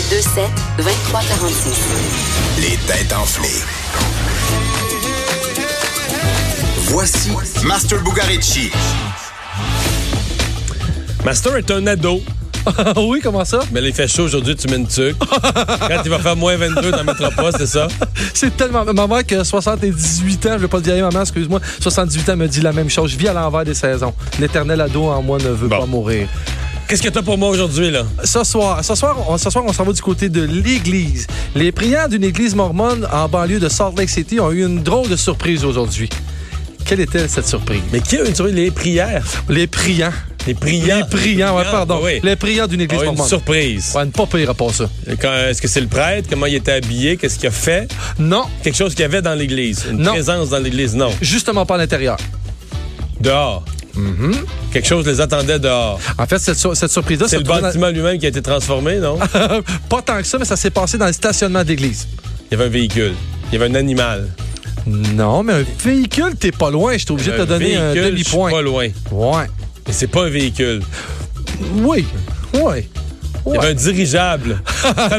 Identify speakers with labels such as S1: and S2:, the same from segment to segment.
S1: 527 2346.
S2: Les têtes enflées. Voici Master Bugarici.
S3: Master est un ado.
S4: Ah oui, comment ça?
S3: Mais là, il fait chaud aujourd'hui, tu mets une tuque. Quand il va faire moins 22, t'en mettras pas, c'est ça?
S4: C'est tellement. Ma mère qui a 78 ans, je vais pas te dire, hey, maman, excuse-moi, 78 ans me dit la même chose. Je vis à l'envers des saisons. L'éternel ado en moi ne veut
S3: Bon.
S4: pas mourir.
S3: Qu'est-ce que t'as pour moi aujourd'hui, là?
S4: Ce soir, ce soir, on, ce soir, on s'en va du côté de l'église. Les prières d'une église mormone en banlieue de Salt Lake City ont eu une drôle de surprise aujourd'hui. Quelle était cette surprise?
S3: Mais qui a une surprise? Les prières.
S4: Les priants.
S3: Les prières.
S4: Les priants, ouais, pardon.
S3: Ah oui.
S4: Les priants d'une église
S3: Ah oui, une
S4: mormone.
S3: surprise.
S4: Ouais, ne pas pire à part ça.
S3: Quand- Est-ce que c'est le prêtre? Comment il était habillé? Qu'est-ce qu'il a fait?
S4: Non,
S3: Quelque chose qu'il y avait dans l'église. Une
S4: Non.
S3: présence dans l'église, non.
S4: justement pas à l'intérieur.
S3: Dehors.
S4: Mm-hmm.
S3: Quelque chose les attendait dehors.
S4: En fait, cette, sur- cette surprise-là,
S3: C'est
S4: se
S3: le
S4: trouvait Ah, dans- Ah.
S3: bâtiment lui-même qui a été transformé, non?
S4: Euh, pas tant que ça, mais ça s'est passé dans le stationnement d'église.
S3: Il y avait un véhicule. Il y avait un animal.
S4: Non, mais un véhicule, t'es pas loin. Je suis obligé de te
S3: Un
S4: donner un
S3: véhicule, je suis
S4: demi-point.
S3: pas loin.
S4: Ouais.
S3: Mais c'est pas un véhicule.
S4: Oui. Oui.
S3: Il y avait
S4: Ouais.
S3: un dirigeable.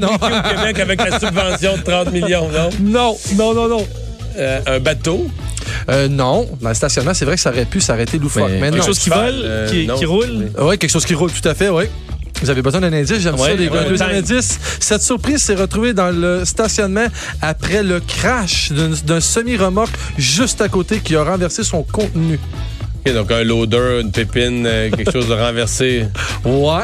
S4: non.
S3: Fabriqué au Québec avec la subvention de 30 millions, non?
S4: Non, non, non, non.
S3: Euh, un bateau.
S4: Euh, non, dans le stationnement, c'est vrai que ça aurait pu s'arrêter loufoque.
S3: Mais
S4: Mais,
S3: quelque
S4: non.
S3: chose
S5: qui
S3: Cheval,
S5: vole,
S3: euh,
S5: qui,
S3: non,
S5: qui roule.
S4: Oui, quelque chose qui roule, tout à fait, oui. Vous avez besoin d'un indice, j'aime
S3: Ouais,
S4: ça, les
S3: ouais,
S4: gars. Un deuxième
S3: time.
S4: indice. Cette surprise s'est retrouvée dans le stationnement après le crash d'une- d'un semi-remorque juste à côté qui a renversé son contenu.
S3: OK, donc un loader, une pépine, euh, quelque chose de renversé.
S4: Ouais.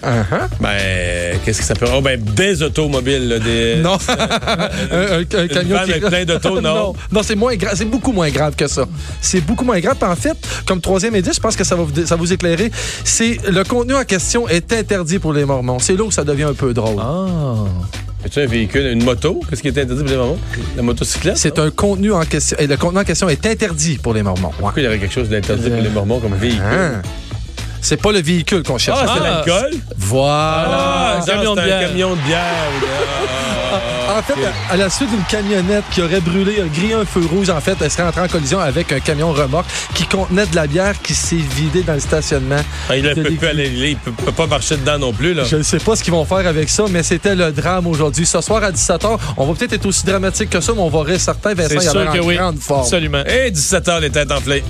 S4: Uh-huh.
S3: Ben, qu'est-ce que ça peut. Oh, ben, des automobiles, là, des.
S4: Non. un, un- un camion
S3: vanne
S4: qui...
S3: euh, avec plein d'autos, non.
S4: non, Non, c'est moins grave, c'est beaucoup moins grave que ça. C'est beaucoup moins grave. Puis En fait, comme troisième indice, je pense que ça va vous, ça va vous éclairer. C'est le contenu en question est interdit pour les Mormons. C'est là où ça devient un peu drôle.
S3: Ah. As-tu un véhicule, une moto? Qu'est-ce qui est interdit pour les mamans? La motocyclette?
S4: C'est un contenu en question. Et le contenu en question est interdit pour les Mormons. Ouais.
S3: Pourquoi il y aurait quelque chose d'interdit pour les mormons comme véhicule?
S4: Hein? C'est pas le véhicule qu'on cherche.
S3: Ah, c'est
S5: Ah.
S3: l'alcool?
S4: Voilà.
S3: Ah,
S5: un camion de
S3: c'est
S5: bière.
S3: un camion de bière. oui. Ah, ah, ah,
S4: En fait,
S3: ok.
S4: à la suite d'une camionnette qui aurait brûlé, grillé un feu rouge, en fait, elle serait entrée en collision avec un camion remorque qui contenait de la bière qui s'est vidée dans le stationnement.
S3: Ah, il ne
S4: de
S3: peut plus aller, il peut, peut pas marcher dedans non plus, là.
S4: Je ne sais pas ce qu'ils vont faire avec ça, mais c'était le drame aujourd'hui. Ce soir à 17h, on va peut-être être aussi dramatique que ça, mais on va rire certain. Vincent,
S5: C'est
S4: il a
S5: sûr
S4: l'air
S5: que
S4: en
S5: oui.
S4: grande forme.
S5: Absolument.
S3: Et 17h, les têtes enflées.